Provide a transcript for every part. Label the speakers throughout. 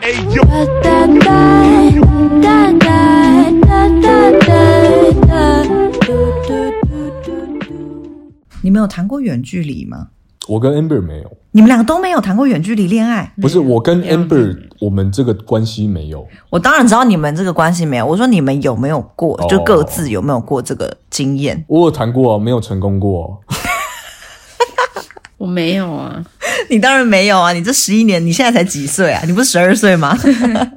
Speaker 1: 哎呦，
Speaker 2: 你们有谈过远距离吗？
Speaker 3: 我跟 Amber 没有，
Speaker 2: 你们两个都没有谈过远距离恋爱？
Speaker 3: 不是我跟 Amber，我们这个关系没有。
Speaker 2: 我当然知道你们这个关系没有，我说你们有没有过，
Speaker 3: 哦
Speaker 2: 就各自有没有过这个经验？
Speaker 3: 我有谈过，啊没有成功过。
Speaker 4: 我没有啊，
Speaker 2: 你当然没有啊！你这十一年，你现在才几岁啊？你不是十二岁吗？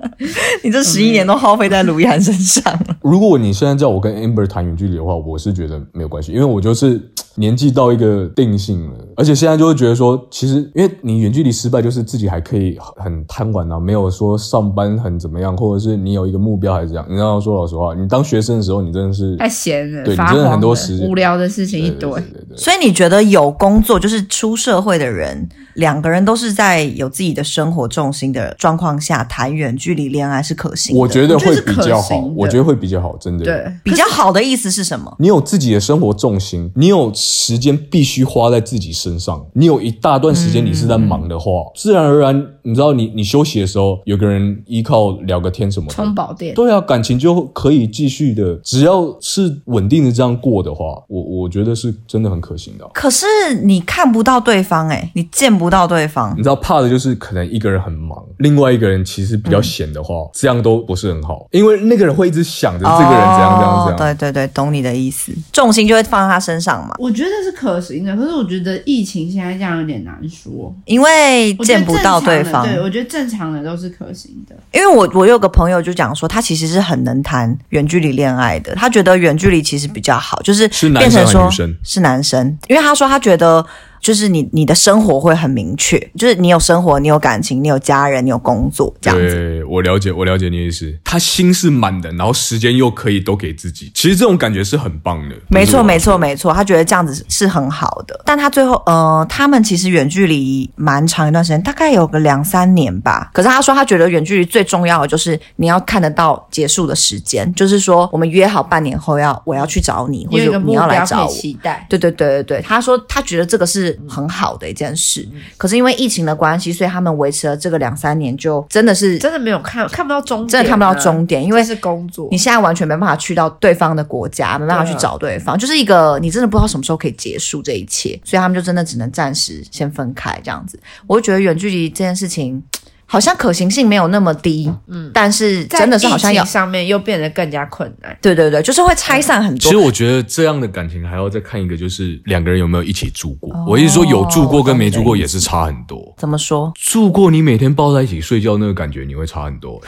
Speaker 2: 你这十一年都耗费在卢一涵身上了。
Speaker 3: 如果你现在叫我跟 Amber 谈远距离的话，我是觉得没有关系，因为我就是年纪到一个定性了，而且现在就会觉得说，其实因为你远距离失败，就是自己还可以很贪玩啊，没有说上班很怎么样，或者是你有一个目标还是这样。你要说老实话，你当学生的时候，你真的是
Speaker 4: 太闲了
Speaker 3: 对，你
Speaker 4: 发
Speaker 3: 真的
Speaker 4: 慌
Speaker 3: 很多
Speaker 4: 了
Speaker 3: 时间
Speaker 4: 无聊的事情一堆
Speaker 3: 对。对对对对
Speaker 2: 所以你觉得有工作，就是出社会的人，两个人都是在有自己的生活重心的状况下谈远距离恋爱是可行的。
Speaker 3: 我觉得会比较
Speaker 4: 我觉得是可
Speaker 3: 好
Speaker 4: 行的，
Speaker 3: 我觉得会比较好，真的。
Speaker 4: 对，
Speaker 2: 比较好的意思是什么？
Speaker 3: 你有自己的生活重心，你有时间必须花在自己身上，你有一大段时间你是在忙的话，
Speaker 4: 嗯
Speaker 3: 自然而然，你知道你你休息的时候，有个人依靠聊个天什么
Speaker 4: 充
Speaker 3: 的。
Speaker 4: 饱电。
Speaker 3: 对啊，感情就可以继续的，只要是稳定的这样过的话，我我觉得是真的很可行的啊、
Speaker 2: 可是你看不到对方、欸，你见不到对方
Speaker 3: 你。知道怕的就是可能一个人很忙，另外一个人其实比
Speaker 4: 嗯
Speaker 3: 较闲的话，这样都不是很好，因为那个人会一直想着这个人怎样怎样怎样。啊
Speaker 2: 哦，对对对，懂你的意思，重心就会放在他身上嘛，
Speaker 4: 我觉得是可行的，可是我觉得疫情现在这样有点难说。
Speaker 2: 因为
Speaker 4: 我觉得
Speaker 2: 见不到对
Speaker 4: 正常
Speaker 2: 方。
Speaker 4: 的对我觉得正常的都是可行的。
Speaker 2: 因为我我有个朋友就讲说，他其实是很能谈远距离恋爱的，他觉得远距离其实比较好，就是
Speaker 3: 是男
Speaker 2: 变成
Speaker 3: 生还是
Speaker 2: 说
Speaker 3: 女生
Speaker 2: 是男生，因为他说他觉得。就是你，你的生活会很明确，就是你有生活，你有感情，你有家人，你有工作，这样子。
Speaker 3: 对，我了解，我了解你的意思。他心是满的，然后时间又可以都给自己，其实这种感觉是很棒的。
Speaker 2: 没错，没
Speaker 3: 错。
Speaker 2: 错，没错。他觉得这样子是很好的，但他最后，呃，他们其实远距离蛮长一段时间，大概有个两三年吧。可是他说，他觉得远距离最重要的就是你要看得到结束的时间，就是说我们约好半年后要我要去找你，或
Speaker 4: 你有一
Speaker 2: 者
Speaker 4: 个
Speaker 2: 你
Speaker 4: 目
Speaker 2: 要来
Speaker 4: 标
Speaker 2: 找
Speaker 4: 可以
Speaker 2: 我。
Speaker 4: 期待，
Speaker 2: 对对对对对，他说他觉得这个是很好的一件事，
Speaker 4: 嗯
Speaker 2: 可是因为疫情的关系，所以他们维持了这个两三年，就真的是
Speaker 4: 真的没有看看不到终点啊，
Speaker 2: 真的看不到终点，因为
Speaker 4: 这是工作
Speaker 2: 你。现在完全没办法去到对方的国家，没办法去找对方，就是一个你真的不知道什么时候可以结束这一切，所以他们就真的只能暂时先分开这样子。我就觉得远距离这件事情好像可行性没有那么低，嗯，但是真的是好像
Speaker 4: 在疫
Speaker 2: 要
Speaker 4: 情上面又变得更加困 难。
Speaker 2: 对对对，就是会拆散很
Speaker 3: 其
Speaker 2: 多
Speaker 3: 实。我觉得这样的感情还要再看一个，就是两个人有没有一起住过。
Speaker 2: 哦
Speaker 3: 我意思说，有住过跟没住过也是差很多。
Speaker 2: 怎么说？
Speaker 3: 住过你每天抱在一起睡觉那个感觉，你会差很多。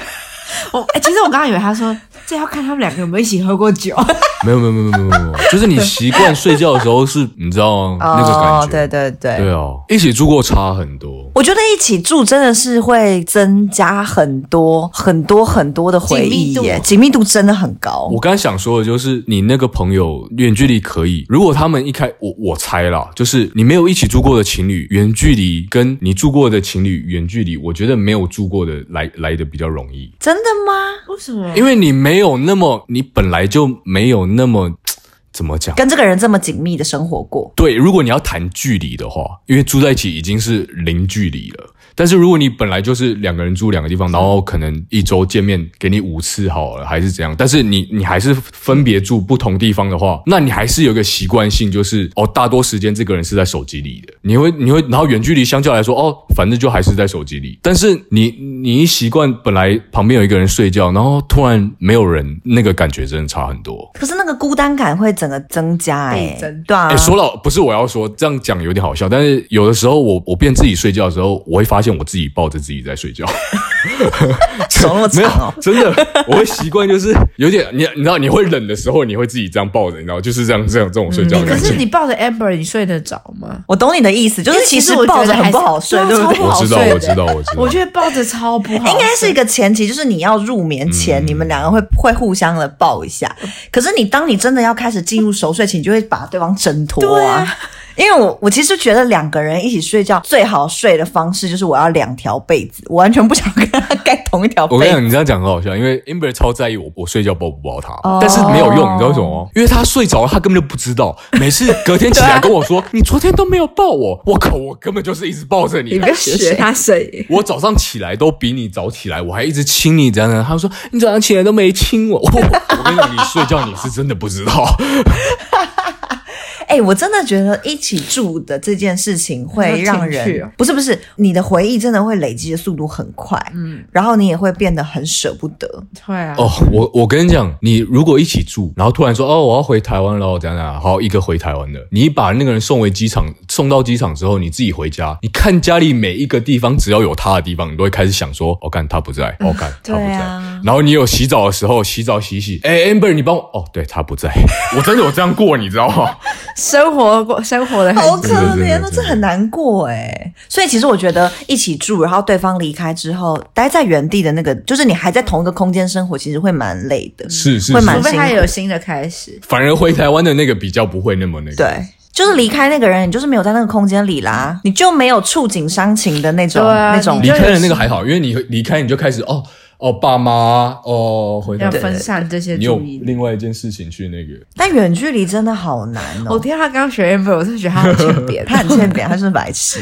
Speaker 4: 我哎、其实我刚刚以为他说这要看他们两个有没有一起喝过酒，
Speaker 3: 没有没有没有没有没有，没有就是你习惯睡觉的时候是，你知道嗯那个感觉。
Speaker 2: 哦，对对对。
Speaker 3: 对啊，一起住过差很多。
Speaker 2: 我觉得一起住真的是会增加很多很多很多的回忆
Speaker 4: 紧密
Speaker 2: 耶，
Speaker 4: 度
Speaker 2: 紧密度真的很高。
Speaker 3: 我刚才想说的就是，你那个朋友远距离可以，如果他们一开，我我猜啦，就是你没有一起住过的情侣远距离，跟你住过的情侣远距离，我觉得没有住过的来来的比较容易，
Speaker 2: 真的吗？
Speaker 4: 为什么？
Speaker 3: 因为你没有那么，你本来就没有那么怎么讲。
Speaker 2: 跟这个人这么紧密的生活过，
Speaker 3: 对，如果你要谈距离的话，因为住在一起已经是零距离了。但是如果你本来就是两个人住两个地方，然后可能一周见面给你五次好了，还是怎样？但是你你还是分别住不同地方的话，那你还是有一个习惯性，就是哦，大多时间这个人是在手机里的，你会你会，然后远距离相较来说，哦，反正就还是在手机里。但是你你一习惯本来旁边有一个人睡觉，然后突然没有人，那个感觉真的差很多。
Speaker 2: 可是那个孤单感会整个增加、欸，
Speaker 4: 倍增
Speaker 2: 对啊。
Speaker 3: 哎、说到不是我要说，这样讲有点好笑，但是有的时候我我变自己睡觉的时候，我会发现我自己抱着自己在睡 觉，
Speaker 2: 手那么
Speaker 3: 没有
Speaker 2: 长哦，
Speaker 3: 真的，我会习惯就是有点你你知道你会冷的时候，你会自己这样抱着，你知道就是这样这样这种睡觉的
Speaker 4: 可
Speaker 3: 感觉。
Speaker 4: 是你抱着 Amber，你睡得着吗？
Speaker 2: 我懂你的意思，就是其实
Speaker 4: 因为其实我觉得
Speaker 2: 抱着很不好睡，
Speaker 4: 还是
Speaker 2: 对不
Speaker 4: 对啊
Speaker 2: 对？
Speaker 4: 超
Speaker 3: 我知道
Speaker 4: 好睡的
Speaker 3: 我知道我知道，
Speaker 4: 我觉得抱着超 不好睡，
Speaker 2: 应该是一个前提，就是你要入眠
Speaker 3: 嗯
Speaker 2: 前，你们两个会会互相的抱一下。可是你当你真的要开始进入熟睡期，你就会把对方挣脱
Speaker 4: 对
Speaker 2: 啊
Speaker 4: 啊。
Speaker 2: 因为我我其实觉得两个人一起睡觉最好睡的方式就是我要两条被子，我完全不想跟他盖同一条
Speaker 3: 我跟
Speaker 2: 被
Speaker 3: 你
Speaker 2: 子。
Speaker 3: 讲，你这样讲很好笑，因为 Amber 超在意我我睡觉抱不抱她，
Speaker 2: 哦
Speaker 3: 但是没有用，你知道为什么吗？因为她睡着了，她根本就不知道。每次隔天起来跟我说：“ 你昨天都没有抱我。”我靠，我根本就是一直抱着你。
Speaker 4: 不要学他谁，
Speaker 3: 我早上起来都比你早起来，我还一直亲你，怎样怎样？他说你早上起来都没亲 我。我我跟你讲，你睡觉你是真的不知道。
Speaker 2: 哎、我真的觉得一起住的这件事情会让
Speaker 4: 很有情趣
Speaker 2: 人
Speaker 4: 哦
Speaker 2: 不是不是，你的回忆真的会累积的速度很快，嗯，然后你也会变得很舍不得。
Speaker 4: 对啊，
Speaker 3: 哦，我我跟你讲，你如果一起住，然后突然说哦，我要回台湾了，怎样怎样，好一个回台湾的，你把那个人送回机场，送到机场之后，你自己回家，你看家里每一个地方，只要有他的地方，你都会开始想说，哦，干他不在，哦，干他不
Speaker 2: 对
Speaker 3: 在。
Speaker 2: 啊
Speaker 3: 然后你有洗澡的时候，洗澡洗洗，哎、a m b e r 你帮我，哦，对他不在， 我真的有这样过，你知道吗？
Speaker 4: 生活过生活的
Speaker 2: 好
Speaker 4: 很
Speaker 2: 可
Speaker 3: 真的真
Speaker 2: 怜
Speaker 3: 的
Speaker 2: 哦，
Speaker 3: 真
Speaker 2: 这
Speaker 3: 的
Speaker 2: 很难过哎。所以其实我觉得一起住，然后对方离开之后，待在原地的那个，就是你还在同一个空间生活，其实会蛮累的。
Speaker 4: 嗯
Speaker 3: 是是
Speaker 2: 会
Speaker 3: 是
Speaker 2: 蛮，
Speaker 4: 除非他有新的开始，
Speaker 3: 反而回台湾的那个比较不会那么那个。
Speaker 2: 对，就是离开那个人，你就是没有在那个空间里啦，你就没有触景伤情的那种、
Speaker 4: 对啊
Speaker 2: 那种
Speaker 4: 你
Speaker 3: 离开了那个还好，因为你离开你就开始哦哦爸妈哦回台
Speaker 4: 要
Speaker 3: 湾，
Speaker 4: 分散这些
Speaker 3: 你有
Speaker 4: 注意力。
Speaker 3: 另外一件事情去那个
Speaker 2: 但远距离真的好难
Speaker 4: 我
Speaker 2: 哦。
Speaker 4: 听到他刚学 amber，我真的觉得他很 欠扁，
Speaker 2: 他很欠扁，他是白痴。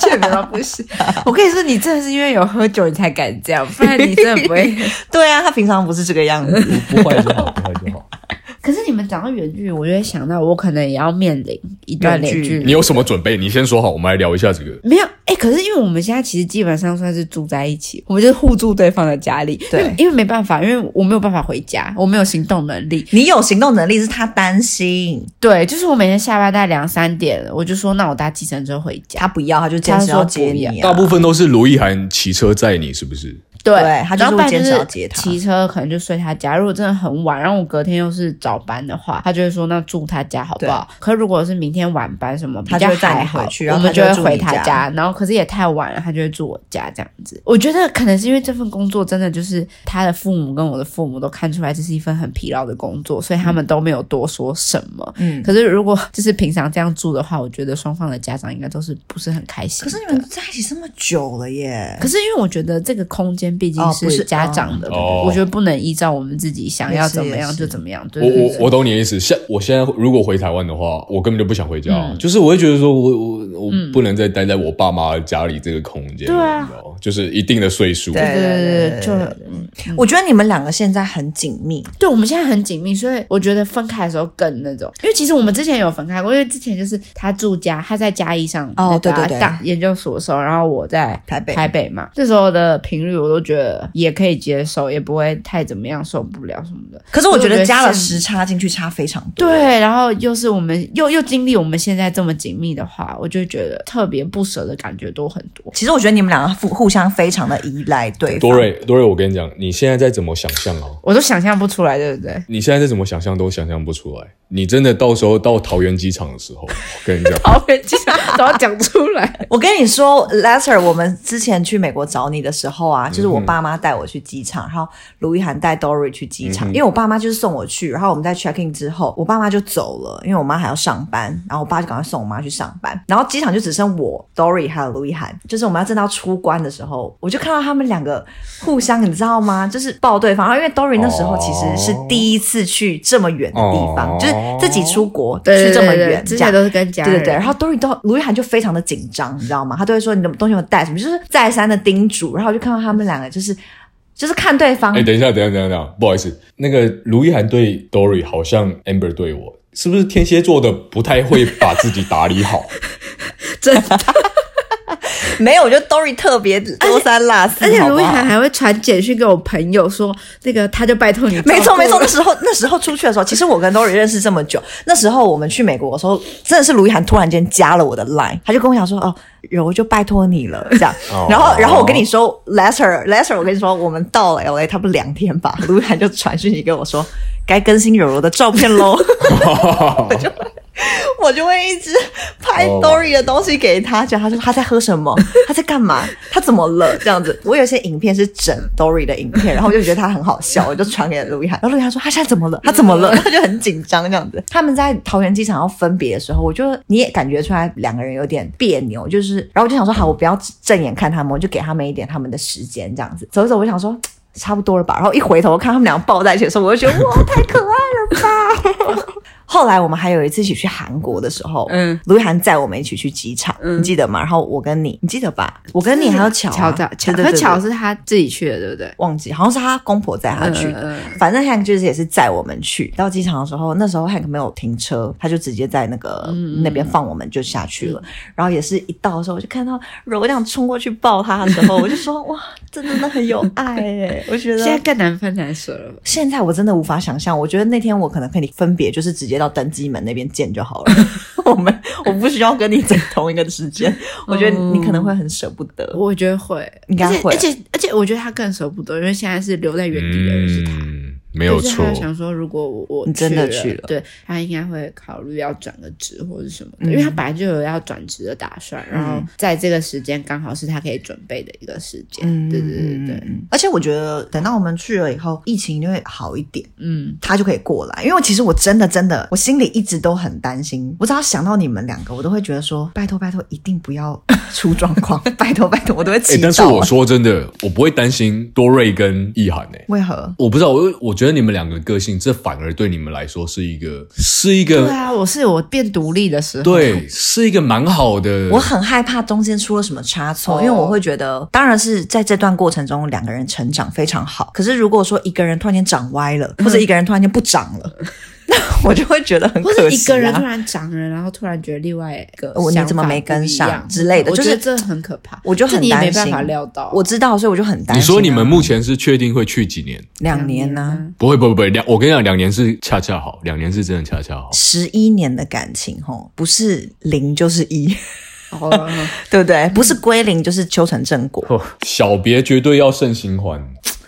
Speaker 4: 欠扁到不行。我跟你说，你真的是因为有喝酒你才敢这样，不然你真的不会。
Speaker 2: 对啊，他平常不是这个样子。
Speaker 3: 不不坏就好，不坏就好。
Speaker 4: 可是你们讲到远距离，我就会想到我可能也要面临一段
Speaker 2: 远距
Speaker 4: 远
Speaker 2: 离
Speaker 4: 距
Speaker 3: 你
Speaker 4: 离。
Speaker 3: 有什么准备？你先说好，我们来聊一下这个。
Speaker 4: 没有，哎、可是因为我们现在其实基本上算是住在一起，我们就是互住对方的家里。
Speaker 2: 对
Speaker 4: 因为因为没办法，因为我没有办法回家，我没有行动能力。
Speaker 2: 你有行动能力是他担心，
Speaker 4: 对，就是我每天下班大概两三点，我就说那我搭计程车回家。
Speaker 2: 他不要，他就坚持要接你、啊。
Speaker 3: 大部分都是卢一涵骑车载你，是不是？
Speaker 4: 对，
Speaker 2: 对他就是
Speaker 4: 然后
Speaker 2: 会
Speaker 4: 不然
Speaker 2: 坚持
Speaker 4: 是
Speaker 2: 要接他
Speaker 4: 骑车可能就睡他家。如果真的很晚，然后我隔天又是早班的话，他就会说那住他家好不好？可如果是明天晚班什么，比
Speaker 2: 他就
Speaker 4: 较
Speaker 2: 会带你
Speaker 4: 还好
Speaker 2: 回去然
Speaker 4: 我
Speaker 2: 后
Speaker 4: 们
Speaker 2: 他就会
Speaker 4: 会
Speaker 2: 住
Speaker 4: 回
Speaker 2: 你
Speaker 4: 他
Speaker 2: 家
Speaker 4: 家。然后可是也太晚了，他就会住我家这样子。我觉得可能是因为这份工作真的就是他的父母跟我的父母都看出来这是一份很疲劳的工作，所以他们都没有多说什么。
Speaker 2: 嗯
Speaker 4: 可是如果就是平常这样住的话，我觉得双方的家长应该都是不是很开心
Speaker 2: 可
Speaker 4: 的。
Speaker 2: 是你们在一起这么久了耶，
Speaker 4: 可是因为我觉得这个空间毕竟
Speaker 2: 哦不是
Speaker 4: 家长的，
Speaker 3: 哦
Speaker 4: 我觉得不能依照我们自己想要怎么
Speaker 2: 也
Speaker 4: 样
Speaker 2: 是
Speaker 4: 就怎么样。对
Speaker 3: 我
Speaker 4: 对
Speaker 3: 我
Speaker 4: 对
Speaker 3: 我懂你的意思。现我现在如果回台湾的话，我根本就不想回家，
Speaker 4: 嗯
Speaker 3: 就是我会觉得说我我我不能再待在我爸妈家里这个空间，
Speaker 4: 对啊
Speaker 3: 你知道吗，就是一定的岁数。
Speaker 2: 对
Speaker 4: 对对
Speaker 2: 哎
Speaker 4: 对，就嗯
Speaker 2: 我觉得你们两个现在很紧密，
Speaker 4: 对，我们现在很紧密，所以我觉得分开的时候更那种，因为其实我们之前有分开过，因为之前就是他住家，他在嘉义上
Speaker 2: 哦
Speaker 4: 那个啊
Speaker 2: 对对对
Speaker 4: 大研究所的时候，然后我在
Speaker 2: 台北
Speaker 4: 台北嘛，这时候的频率我都觉得也可以接受，也不会太怎么样受不了什么的。
Speaker 2: 可是我觉
Speaker 4: 所以
Speaker 2: 得加了
Speaker 4: 现
Speaker 2: 时差进去差非常多。
Speaker 4: 对，然后又是我们又又经历我们现在这么紧密的话，我就觉得特别不舍的感觉多很多。
Speaker 2: 其实我觉得你们两个互互相非常的依赖对方
Speaker 3: 多。瑞多瑞，我跟你讲，你现在再怎么想象哦，
Speaker 4: 我都想象不出来，对不对？
Speaker 3: 你现在再怎么想象都想象不出来。你真的到时候到桃园机场的时候，我跟你 讲，
Speaker 4: 好，我经常都要讲出来。
Speaker 2: 我跟你说，Lester，我们之前去美国找你的时候啊，就是我爸妈带我去机场，然后卢一涵带 Dory 去机场，因为我爸妈就是送我去，然后我们在 check in 之后，我爸妈就走了，因为我妈还要上班，然后我爸就赶快送我妈去上班，然后机场就只剩我 Dory 还有卢一涵，就是我们要正到出关的时候，我就看到他们两个互相，你知道吗？就是抱对方，然后因为 Dory 那时候其实是第一次去这么远的地方，
Speaker 3: 哦
Speaker 2: 就是自己出国
Speaker 4: 哦对
Speaker 2: 去这么远，
Speaker 4: 之
Speaker 2: 这样
Speaker 4: 前都是跟家
Speaker 2: 对
Speaker 4: 人。
Speaker 2: 对对，然后 Dory 都卢玉涵就非常的紧张，你知道吗？他都会说你的东西有没有带什么，就是再三的叮嘱，然后我就看到他们两个就是就是看对方
Speaker 3: 哎、，等一下，等一下，等一下，等一下，不好意思，那个卢一涵对 Dory 好像 Amber 对我，是不是天蝎座的不太会把自己打理 好？
Speaker 4: 真的，
Speaker 2: 没有，我觉得 Dory 特别多三落四，
Speaker 4: 而且
Speaker 2: 好不好
Speaker 4: 卢一涵还会传简讯给我朋友说，那个他就拜托你照顾我。
Speaker 2: 没错没 错，那时候那时候出去的时候，其实我跟 Dory 认识这么久，那时候我们去美国的时候，真的是卢一涵突然间加了我的 line，他就跟我讲说哦，柔就拜托你了这样
Speaker 3: 哦，
Speaker 2: 然后然后我跟你说 Lester Lester，我跟你说我们到了 LA，他不两天吧，卢一涵就传讯息给我说该更新柔柔的照片喽。我就会一直拍
Speaker 3: 哦
Speaker 2: Dory 的东西给他，讲他说他在喝什么，他在干嘛？他怎么了？这样子，我有一些影片是整 Dory 的影片，然后我就觉得他很好笑，我就传给陆一涵，然后陆一涵说他现在怎么了？他怎么了？他就很紧张这样子。他们在桃园机场要分别的时候，我就你也感觉出来两个人有点别扭，就是，然后我就想说好，我不要正眼看他们，我就给他们一点他们的时间这样子。走一走，我想说。差不多了吧，然后一回头看他们俩抱在一起的时候，我就觉得哇，太可爱了吧！后来我们还有一次一起去韩国的时候，
Speaker 4: 嗯
Speaker 2: 嗯，卢一涵载我们一起去机场，你记得吗？然后我跟你，你记得吧？我跟你还有巧、啊，
Speaker 4: 巧巧巧，
Speaker 2: 对
Speaker 4: 可
Speaker 2: 对对
Speaker 4: 巧
Speaker 2: 对
Speaker 4: 是他自己去的，对不对？
Speaker 2: 忘记，好像是他公婆载他去的。
Speaker 4: 嗯嗯
Speaker 2: 反正 Hank 就是也是载我们去到机场的时候，那时候 Hank 没有停车，他就直接在那
Speaker 4: 嗯
Speaker 2: 个、那边放我们就下去了。然后也是一到的时候，我就看到柔这样冲过去抱他的时候，我就说哇，这真的很有爱哎、我觉得
Speaker 4: 现在更难分难舍了吧。
Speaker 2: 现在我真的无法想象，我觉得那天我可能跟你分别，就是直接到登机门那边见就好了。 我们我不需要跟你在同一个时间，我觉得你可能会很舍不得。
Speaker 4: 嗯我觉得会，
Speaker 2: 应该会
Speaker 4: 而且而且而且我觉得他更舍不得，因为现在是留在原地的人是他。
Speaker 3: 嗯，没有
Speaker 4: 就是
Speaker 3: 错
Speaker 4: 他。想说，如果我我
Speaker 2: 你真的去
Speaker 4: 了
Speaker 2: 了，
Speaker 4: 对他应该会考虑要转个职或者什么的，因为
Speaker 2: 嗯
Speaker 4: 他本来就有要转职的打算，然后在这个时间刚好是他可以准备的一个时间。对对对对，
Speaker 2: 嗯而且我觉得等到我们去了以后，疫情一定会好一点，
Speaker 4: 嗯，
Speaker 2: 他就可以过来。因为其实我真的真的，我心里一直都很担心。我只要想到你们两个，我都会觉得说，拜托拜托，一定不要出状况， 拜托拜托，我都 会
Speaker 3: 哎、
Speaker 2: 祈祷。
Speaker 3: 但是我说真的，我不会担心多瑞跟意涵诶、
Speaker 2: 为何？
Speaker 3: 我不知道，我我觉得你们两个个性，这反而对你们来说是一个是一个
Speaker 4: 对啊，我是我变独立的时候，
Speaker 3: 对，是一个蛮好的。
Speaker 2: 我很害怕中间出了什么差错，
Speaker 4: 哦
Speaker 2: 因为我会觉得，当然是在这段过程中两个人成长非常好。可是如果说一个人突然间长歪了，
Speaker 4: 嗯
Speaker 2: 或者一个人突然间不长了， 那我就会觉得很
Speaker 4: 或者
Speaker 2: 可
Speaker 4: 一
Speaker 2: 惜、啊。
Speaker 4: 个人突然长了，然后突然觉得另外一个
Speaker 2: 哦你
Speaker 4: 想法
Speaker 2: 怎么没跟上
Speaker 4: 不一样
Speaker 2: 之类的
Speaker 4: 我觉
Speaker 2: 就
Speaker 4: 得
Speaker 2: 是
Speaker 4: 这很可怕，
Speaker 2: 我就很
Speaker 4: 这你也没
Speaker 2: 担心
Speaker 4: 办法料到。
Speaker 2: 我知道，所以我就很担心啊、
Speaker 3: 你说你们目前是确定会去几年？
Speaker 2: 两年呢、
Speaker 4: 啊
Speaker 3: 不会，不会，不会，两我跟你讲，两年是恰恰好，两年是真的恰恰好。
Speaker 2: 十一年的感情，吼，不是零就是一，
Speaker 4: 好了，嗯
Speaker 2: 对不对？不是归零就是修成正
Speaker 3: 哦
Speaker 2: 果。
Speaker 3: 小别绝对要慎行还，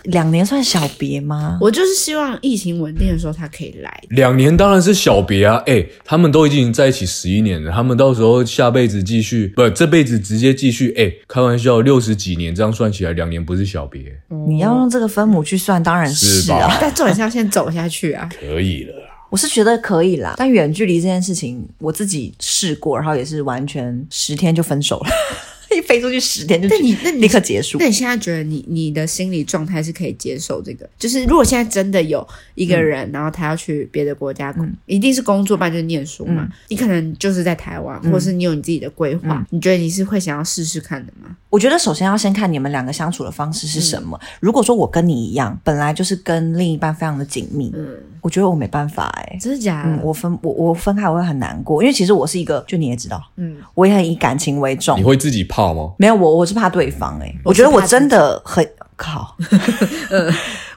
Speaker 2: 两年算小别吗？
Speaker 4: 我就是希望疫情稳定的时候他可以来。
Speaker 3: 两年当然是小别啊！哎、他们都已经在一起十一年了，他们到时候下辈子继续，不，这辈子直接继续。哎、开玩笑，六十几年这样算起来，两年不是小别，
Speaker 4: 嗯
Speaker 2: 你要用这个分母去算，当然是啊。
Speaker 3: 吧？
Speaker 4: 但重点是要先走下 去啊！
Speaker 3: 可以了啦。
Speaker 2: 我是觉得可以啦，但远距离这件事情，我自己试过，然后也是完全十天就分手了， 一飞出去十天就
Speaker 4: 但你那你
Speaker 2: 立刻结束
Speaker 4: 那。你现在觉得你你的心理状态是可以接受这个？就是如果现在真的有一
Speaker 2: 嗯
Speaker 4: 个人，然后他要去别的国家工，一定是工作，不然就是念书
Speaker 2: 嗯
Speaker 4: 嘛。你可能就是在台湾，或是你有你自己的规划，你觉得你是会想要试试看的吗？
Speaker 2: 我觉得首先要先看你们两个相处的方式是什
Speaker 4: 嗯
Speaker 2: 么。如果说我跟你一样，本来就是跟另一半非常的紧密，
Speaker 4: 嗯
Speaker 2: 我觉得我没办法哎、
Speaker 4: 真的假的？
Speaker 2: 嗯，我分我我分开我会很难过，因为其实我是一个，就你也知道，
Speaker 4: 嗯
Speaker 2: 嗯，我也很以感情为重
Speaker 3: 你，会自己怕吗？
Speaker 2: 没有，我我是怕对方哎、
Speaker 4: 我
Speaker 2: 我
Speaker 4: 是
Speaker 2: 觉
Speaker 4: 怕
Speaker 2: 得我真的很 靠，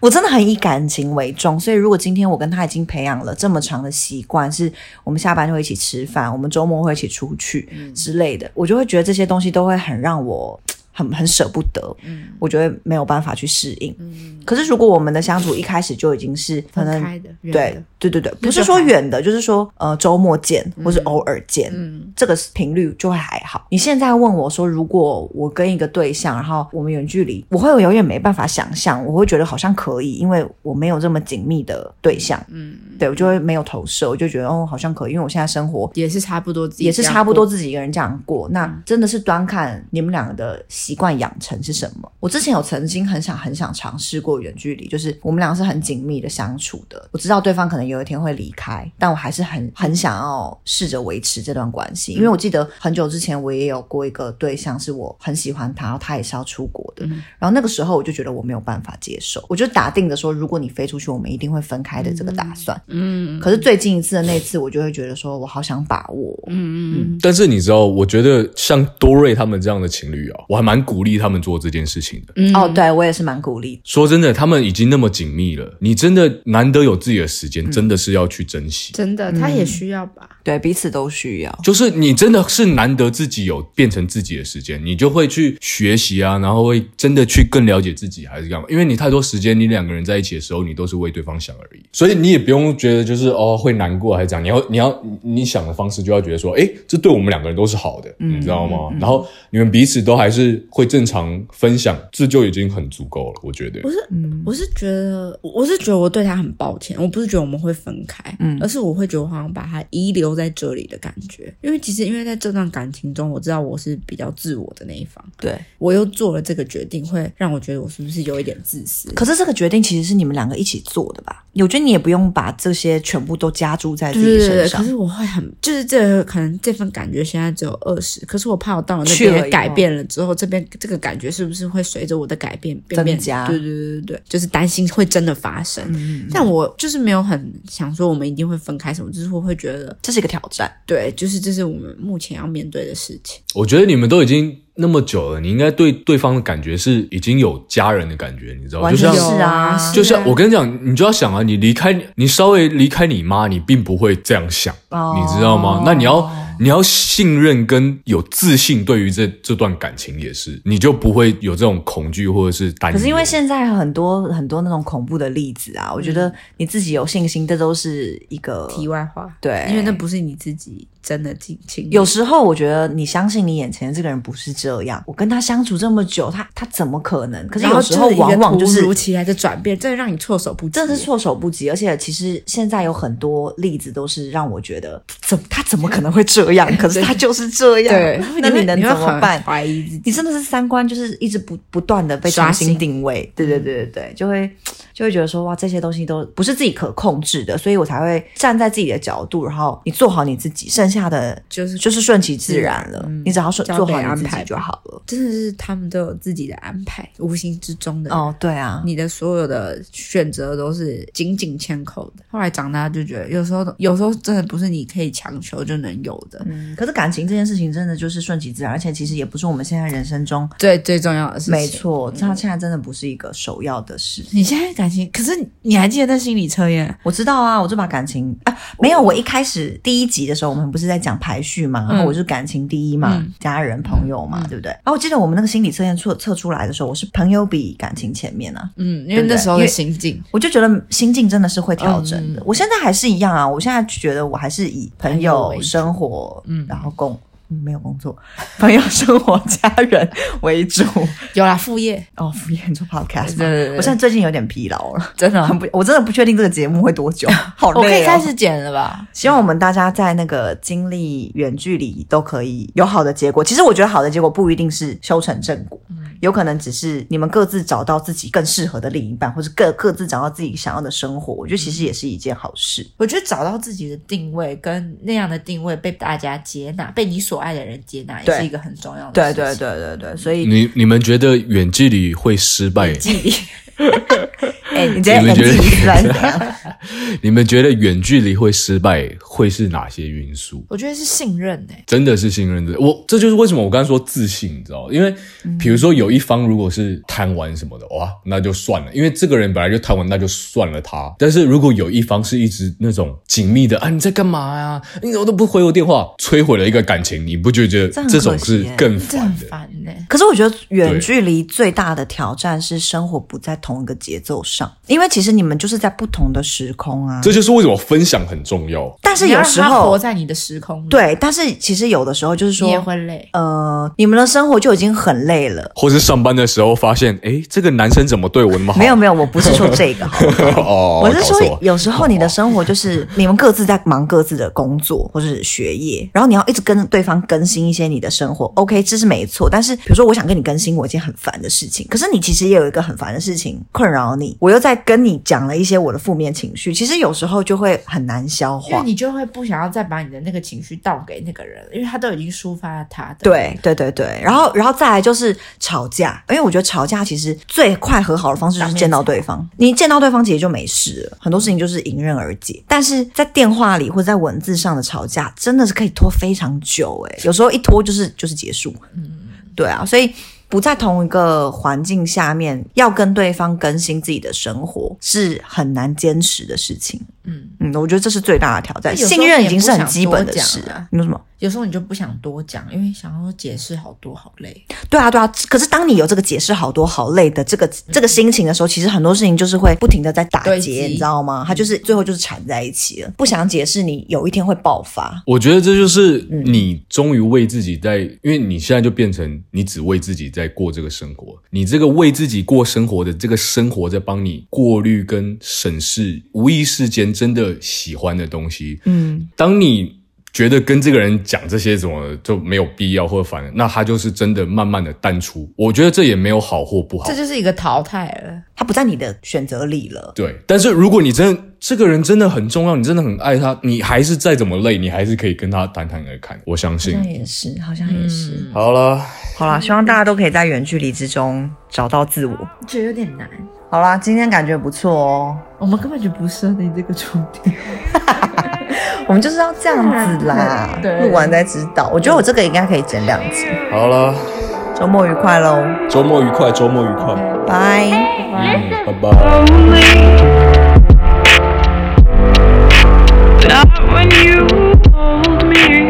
Speaker 2: 我真的很以感情为重，所以如果今天我跟他已经培养了这么长的习惯，是我们下班就会一起吃饭，我们周末会一起出去
Speaker 4: 嗯
Speaker 2: 之类的，我就会觉得这些东西都会很让我。很很舍不得，
Speaker 4: 嗯
Speaker 2: 我觉得没有办法去适应。可是如果我们的相处一开始就已经是可
Speaker 4: 分
Speaker 2: 能
Speaker 4: 开的，远
Speaker 2: 对
Speaker 4: 的
Speaker 2: 对对对，不
Speaker 4: 就是
Speaker 2: 说
Speaker 4: 还嗯
Speaker 2: 远的，就是说呃周末见或是偶尔见，这个频率就会还好。你现在问我说，如果我跟一个对象，然后我们远距离，我会永远没办法想象，我会觉得好像可以，因为我没有这么紧密的对象，嗯，对我就会没有投射，我就觉得哦好像可以，因为我现在生活
Speaker 4: 也是差不多自己
Speaker 2: 也
Speaker 4: 这样过，嗯
Speaker 2: 是差不多自己一个人这样过。那真的是端看你们两个的习惯养成是什么。我之前有曾经很想很想尝试过远距离，就是我们俩是很紧密的相处的。我知道对方可能有一天会离开，但我还是很很想要试着维持这段关
Speaker 4: 嗯
Speaker 2: 系，因为我记得很久之前我也有过一个对象，是我很喜欢他，然后他也是要出国
Speaker 4: 嗯
Speaker 2: 的。然后那个时候我就觉得我没有办法接受，我就打定的说，如果你飞出去，我们一定会分开的这个打算。嗯，可是最近一次的那次，我就会觉得说我好想把握，
Speaker 4: 嗯
Speaker 3: 但是你知道，我觉得像多瑞他们这样的情侣啊，我还蛮蛮鼓励他们做这件事情的。
Speaker 4: 嗯
Speaker 2: 哦，，对我也是蛮鼓励。
Speaker 3: 说真的，他们已经那么紧密了，你真的难得有自己的时间，
Speaker 2: 嗯
Speaker 3: 真的是要去珍惜。
Speaker 4: 真的，他也需要吧。
Speaker 2: 对，彼此都需要。
Speaker 3: 就是你真的是难得自己有变成自己的时间，你就会去学习啊，然后会真的去更了解自己还是干嘛？因为你太多时间，你两个人在一起的时候，你都是为对方想而已，所以你也不用觉得就是哦会难过还是怎样，你要你要你你想的方式就要觉得说，诶，这对我们两个人都是好的，你知道吗？然后你们彼此都还是会正常分享，这就已经很足够了，我觉得。
Speaker 4: 我是觉得，我我是觉得我对他很抱歉，我不是觉得我们会分开，嗯，而是我会觉得我好像把他遗留在这里的感觉，因为其实因为在这段感情中，我知道我是比较自我的那一方，
Speaker 2: 对，
Speaker 4: 我又做了这个决定，会让我觉得我是不是有一点自私？
Speaker 2: 可是这个决定其实是你们两个一起做的吧？我觉得你也不用把这些全部都加注在自
Speaker 4: 对
Speaker 2: 己
Speaker 4: 对对
Speaker 2: 身
Speaker 4: 对，
Speaker 2: 上
Speaker 4: 可。是我会很，就是这个可能这份感觉现在只有二十，可是我怕我到了那
Speaker 2: 去了以
Speaker 4: 边
Speaker 2: 后
Speaker 4: 改变了之后，这边这个感觉是不是会随着我的改变变变
Speaker 2: 增加嗯
Speaker 4: 对对对对对，就是担心会真的发生。但我就是没有很想说我们一定会分开什么，就是我会觉得
Speaker 2: 这是一个挑战，
Speaker 4: 对，就是这是我们目前要面对的事情。
Speaker 3: 我觉得你们都已经那么久了，你应该对对方的感觉是已经有家人的感觉，你知道吗？
Speaker 2: 完
Speaker 3: 就
Speaker 2: 全
Speaker 3: 像
Speaker 2: 是啊，
Speaker 4: 是
Speaker 3: 就像我跟你讲，你就要想啊，你离开你稍微离开你妈，你并不会这样想，
Speaker 2: 哦
Speaker 3: 你知道吗？那你要你要信任跟有自信，对于这这段感情也是，你就不会有这种恐惧或者是担忧。
Speaker 2: 可是因为现在很多很多那种恐怖的例子
Speaker 4: 嗯
Speaker 2: 啊，我觉得你自己有信心，这都是一个
Speaker 4: 题外话，
Speaker 2: 对
Speaker 4: 因为那不是你自己真的经经历
Speaker 2: 有时候我觉得你相信你眼前的这个人不是这样，我跟他相处这么久，他他怎么可能？可是
Speaker 4: 然后
Speaker 2: 有时候
Speaker 4: 就是一个
Speaker 2: 往往就
Speaker 4: 突
Speaker 2: 是
Speaker 4: 如其来的转变，真的让你措手不及。
Speaker 2: 真的是措手不及，而且其实现在有很多例子都是让我觉得，怎么他怎么可能会这样？可是他就是这样，
Speaker 4: 对，
Speaker 2: 那
Speaker 4: 会
Speaker 2: 你能
Speaker 4: 会
Speaker 2: 怎么
Speaker 4: 很
Speaker 2: 办？
Speaker 4: 怀疑自己。
Speaker 2: 你真的是三观就是一直不不断的被重
Speaker 4: 刷
Speaker 2: 新
Speaker 4: 新
Speaker 2: 定位，对对对对对，就会就会觉得说哇，这些东西都不是自己可控制的，所以我才会站在自己的角度，然后你做好你自己，剩下的
Speaker 4: 就是嗯
Speaker 2: 就是顺其自然了，你只要顺
Speaker 4: 交
Speaker 2: 做
Speaker 4: 给
Speaker 2: 好你
Speaker 4: 安
Speaker 2: 自己
Speaker 4: 排
Speaker 2: 就好了。
Speaker 4: 真的是他们都有自己的安排，无形之中的。
Speaker 2: 哦，对啊，
Speaker 4: 你的所有的选择都是紧紧牵扣的。后来长大就觉得，有时候有时候真的不是你可以强求就能有的。
Speaker 2: 嗯，可是感情这件事情真的就是顺其自然，而且其实也不是我们现在人生中
Speaker 4: 最最重要的事情，
Speaker 2: 没。错，他现在真的不是一个首要的事。
Speaker 4: 你现在感情，可是你还记得那心理测验？
Speaker 2: 嗯我知道啊，我就把感情啊，没有。我一开始第一集的时候，我们不是在讲排序嘛，然后我就感情第一嘛，家人、朋友嘛，对不对？然后我记得我们那个心理测验测测出来的时候，我是朋友比感情前面啊，
Speaker 4: 嗯，因
Speaker 2: 对
Speaker 4: 为
Speaker 2: 不对
Speaker 4: 那时候
Speaker 2: 因
Speaker 4: 的
Speaker 2: 为
Speaker 4: 心境，
Speaker 2: 我就觉得心境真的是会调整的。我现在还是一样啊，我现在觉得我还是以嗯朋
Speaker 4: 朋友
Speaker 2: 友
Speaker 4: 为、主
Speaker 2: 生活，嗯，然后工。嗯没有工作， 朋友、生活、家人为主。
Speaker 4: 有啦，副业
Speaker 2: 哦，副业做 podcast，嘛
Speaker 4: 对对对
Speaker 2: 我现在最近有点疲劳了。
Speaker 4: 真的
Speaker 2: 很啊不，我真的不确定这个节目会多 久，好累、哦
Speaker 4: 我可以开。始剪了吧？
Speaker 2: 希望我们大家在那个经历远距离都可以有好的结果。其实我觉得好的结果不一定是修成正果，有可能只是你们各自找到自己更适合的另一半，或者各各自找到自己想要的生活。我觉得其实也是一件好事。
Speaker 4: 我觉得找到自己的定位，跟那样的定位被大家接纳，被你所爱的人接纳，也
Speaker 2: 对
Speaker 4: 是一个很重要的
Speaker 2: 对
Speaker 4: 事情。
Speaker 2: 对对对对，所以
Speaker 3: 你你们觉得远距离会失败？
Speaker 2: 哎、你直接
Speaker 3: 你们
Speaker 2: 冷
Speaker 3: 觉得
Speaker 2: 静一下是怎 样？
Speaker 3: 你们觉得远距离会失败会是哪些因素？
Speaker 4: 我觉得是信任欸诶、
Speaker 3: 真的是信任的，我这就是为什么我刚才说自信，你知道吗？因为
Speaker 2: 嗯
Speaker 3: 比如说有一方如果是贪玩什么的，哇，那就算了，因为这个人本来就贪玩，那就算了他。但是如果有一方是一直那种紧密的啊，你在干嘛呀、你怎么都不回我电话，摧毁了一个感情，你不觉得
Speaker 2: 这很
Speaker 3: 这种
Speaker 2: 可惜
Speaker 3: 是
Speaker 2: 耶
Speaker 3: 更
Speaker 4: 这很
Speaker 3: 烦的？
Speaker 4: 烦欸呢、
Speaker 2: 可是我觉得远
Speaker 3: 对
Speaker 2: 距离最大的挑战是生活不在同一个节奏上，因为其实你们就是在不同的时空啊。
Speaker 3: 这就是为什么分享很重要。
Speaker 2: 但是
Speaker 4: 你要
Speaker 2: 有
Speaker 4: 让
Speaker 2: 时
Speaker 4: 他活
Speaker 2: 候，
Speaker 4: 在你的时
Speaker 3: 嗯
Speaker 4: 空里，
Speaker 2: 对，但是其实有的时候就是
Speaker 4: 你也
Speaker 2: 说，
Speaker 4: 会累。
Speaker 2: 呃，你们的生活就已经很累了。
Speaker 3: 或是上班的时候发现，哎，这个男生怎么对我那么好？
Speaker 2: 没有没有，我不是说这个，好不好
Speaker 3: 哦，
Speaker 2: 我是
Speaker 3: 搞错
Speaker 2: 说
Speaker 3: 了，
Speaker 2: 有时候你的生活就是你们各自在忙各自的工作或是学业，然后你要一直跟对方更新一些你的生活。OK，这是没错，但是比如说我想跟你更新我一件很烦的事情，可是你其实也有一个很烦的事情困扰你，我又在跟你讲了一些我的负面情绪，其实有时候就会很难消
Speaker 4: 因为
Speaker 2: 化。
Speaker 4: 你就会不想要再把你的那个情绪倒给那个人，因为他都已经抒发了他的。，
Speaker 2: 对对对对，然后然后再来就是吵架，因为我觉得吵架其实最快和好的方式就是见到对方，你见到对方其实就没事了，很多事情就是迎刃而解。但是在电话里或者在文字上的吵架，欸
Speaker 1: 嗯
Speaker 2: 真的是可以拖非常久诶、有时候一拖就是就是结束。对啊，所以。不在同一个环境下面，要跟对方更新自己的生活是很难坚持的事情。嗯嗯，我觉得这是最大的挑战。
Speaker 1: 有时候
Speaker 2: 信任已经是很基本的
Speaker 1: 也
Speaker 2: 事
Speaker 1: 不想多讲啊
Speaker 2: 你说什么？
Speaker 1: 有时候你就不想多讲，因为想要解释好多好累。
Speaker 2: 对啊，对啊。可是当你有这个解释好多好累的这个这个心情的时候，其实很多事情就是会不停的在打
Speaker 1: 堆积
Speaker 2: 结，你知道吗？它就是最后就是缠在一起了。不想解释，你有一天会爆发。
Speaker 3: 我觉得这就是
Speaker 2: 嗯
Speaker 3: 你终于为自己在，因为你现在就变成你只为自己在过这个生活，你这个为自己过生活的这个生活在帮你过滤跟审视无意识间真的喜欢的东西。嗯，当你觉得跟这个人讲这些怎么就没有必要或者反，那他就是真的慢慢的淡出。我觉得这也没有好或不好
Speaker 1: 这，就是一个淘汰了。
Speaker 2: 它不在你的选择里了。
Speaker 3: 对。但是如果你真的这个人真的很重要，你真的很爱他，你还是再怎么累，你还是可以跟他谈谈而看。我相信
Speaker 2: 好。像也是，好像也是。
Speaker 3: 好了。
Speaker 2: 好啦，希望大家都可以在远距离之中找到自我。
Speaker 1: 觉得有点难，
Speaker 2: 好啦，今天感觉不错哦，
Speaker 1: 我们根本就不适合你这个主题。
Speaker 2: 我们就是要这样子 啦，
Speaker 1: 对
Speaker 2: 录完再知道。我觉得我这个应该可以剪两集。
Speaker 3: 好了，
Speaker 2: 周末愉快喽，
Speaker 3: 周末愉快，周末愉快，
Speaker 2: 拜。
Speaker 3: 嗯，拜拜。
Speaker 5: Not when you hold me.